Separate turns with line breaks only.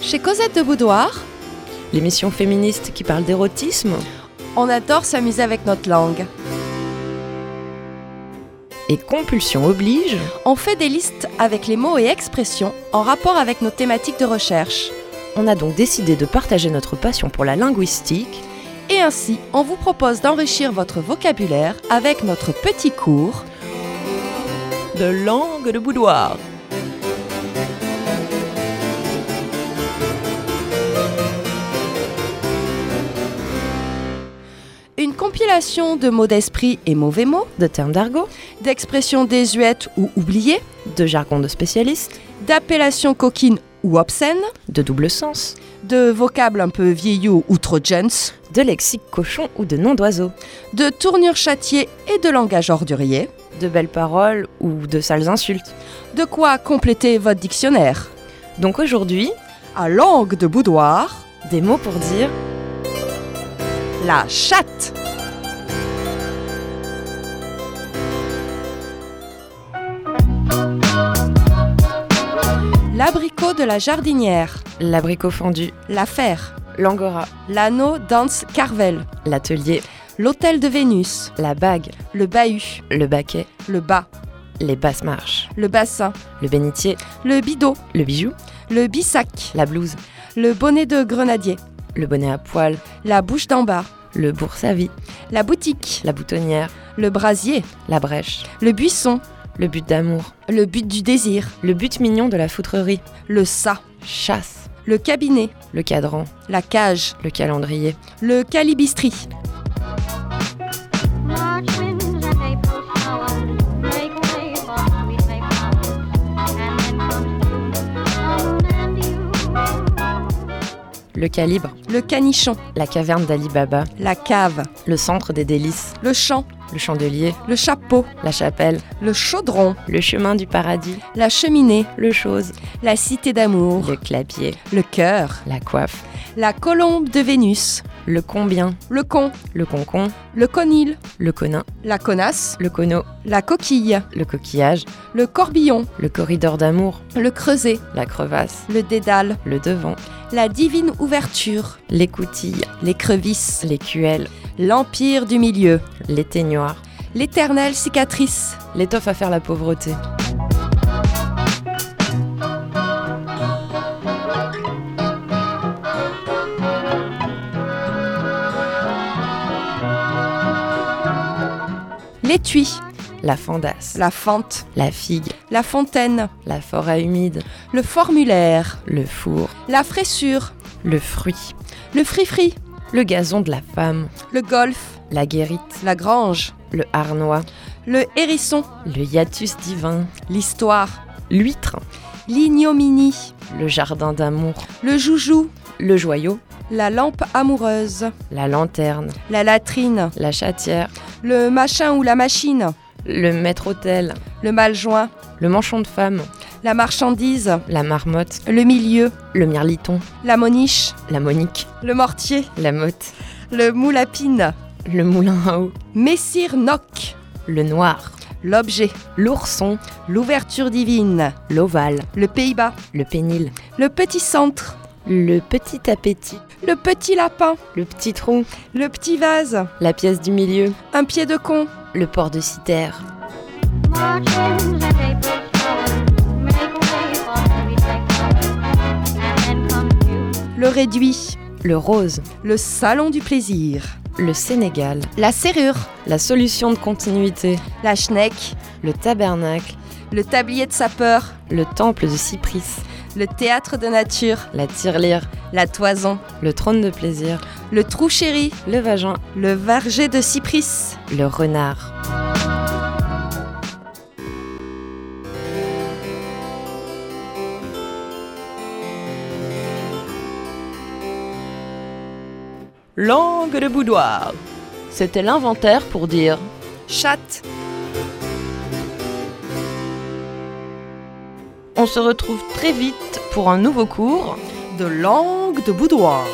Chez Cosette de Boudoir,
l'émission féministe qui parle d'érotisme.
on adore s'amuser avec notre langue.
Et compulsion oblige,
On fait des listes avec les mots et expressions en rapport avec nos thématiques de recherche.
on a donc décidé de partager notre passion pour la linguistique
Et ainsi, on vous propose d'enrichir votre vocabulaire avec notre petit cours.
de langue de boudoir.
Une compilation de mots d'esprit et mauvais mots,
De termes d'argot,
d'expressions désuètes ou oubliées,
de jargon de spécialiste,
d'appellations coquines ou obscènes,
de double sens,
de vocables un peu vieillots ou trop jeunes,
de lexique cochon ou de nom d'oiseau,
de tournures châtiées et de langage ordurier,
de belles paroles ou de sales insultes.
de quoi compléter votre dictionnaire.
Donc aujourd'hui,
À langue de boudoir,
des mots pour dire
la chatte. L'abricot de la jardinière,
l'abricot fendu,
l'affaire,
l'angora,
l'anneau danse Carvel,
l'atelier,
l'hôtel de Vénus,
la bague,
le bahut,
le baquet,
le bas,
les basses marches,
le bassin,
le bénitier,
le bidot,
le bijou,
le bissac,
la blouse,
le bonnet de grenadier,
le bonnet à poil,
la bouche d'en bas,
le bourse à vie,
la boutique,
la boutonnière,
le brasier,
la brèche,
le buisson,
le but d'amour,
le but du désir,
le but mignon de la foutrerie,
le ça,
chasse,
le cabinet,
le cadran,
la cage,
le calendrier,
le calibistri,
March winds and April showers make way for sweet May flowers, and then comes June, June and you.
le calibre,
le canichon,
la caverne d'Ali Baba,
la cave,
le centre des délices,
le champ,
le chandelier,
le chapeau,
la chapelle,
le chaudron,
le chemin du paradis,
la cheminée,
le chose,
la cité d'amour,
le clapier,
le cœur,
la coiffe,
la colombe de Vénus,
le combien,
le con,
le concon,
le conil,
le conin,
la connasse,
le cono,
la coquille,
le coquillage,
le corbillon,
le corridor d'amour,
le creuset,
la crevasse,
le dédale,
le devant,
la divine ouverture,
l'écoutille,
l'écrevisse,
l'écuelle,
l'empire du milieu,
l'éteignoir,
l'éternelle cicatrice,
l'étoffe à faire la pauvreté,
l'étui,
la fandasse,
la fente,
la figue,
la fontaine,
la forêt humide,
le formulaire,
le four,
la fraissure,
le fruit,
le frifri,
le gazon de la femme,
le golf,
la guérite,
la grange,
le harnois,
le hérisson,
le hiatus divin,
l'histoire,
l'huître,
l'ignominie,
le jardin d'amour,
le joujou,
le joyau,
la lampe amoureuse,
la lanterne,
la latrine,
la chatière,
le machin ou la machine,
le maître-autel,
le maljoint,
le manchon de femme,
la marchandise,
la marmotte,
le milieu,
le mirliton,
la moniche,
la monique,
le mortier,
la motte,
le moulapine,
le moulin à eau,
messire noc,
le noir,
l'objet,
l'ourson,
l'ouverture divine,
l'ovale,
le Pays-Bas,
le pénil,
le petit centre,
le petit appétit,
le petit lapin,
le petit trou,
le petit vase,
la pièce du milieu,
un pied de con,
le port de Citerre,
March winds and April showers make way for sweet May flowers, and then comes June.
le réduit,
le rose,
le salon du plaisir,
le Sénégal,
la serrure,
la solution de continuité,
la schneck,
le tabernacle,
le tablier de sapeur,
le temple de Cypris,
le théâtre de nature,
la tirelire,
la toison,
le trône de plaisir,
le trou chéri,
le vagin,
le verger de cypris.
le renard. Langue de boudoir. C'était l'inventaire pour dire
Chatte,
on se retrouve très vite pour un nouveau cours.
de langue de boudoir.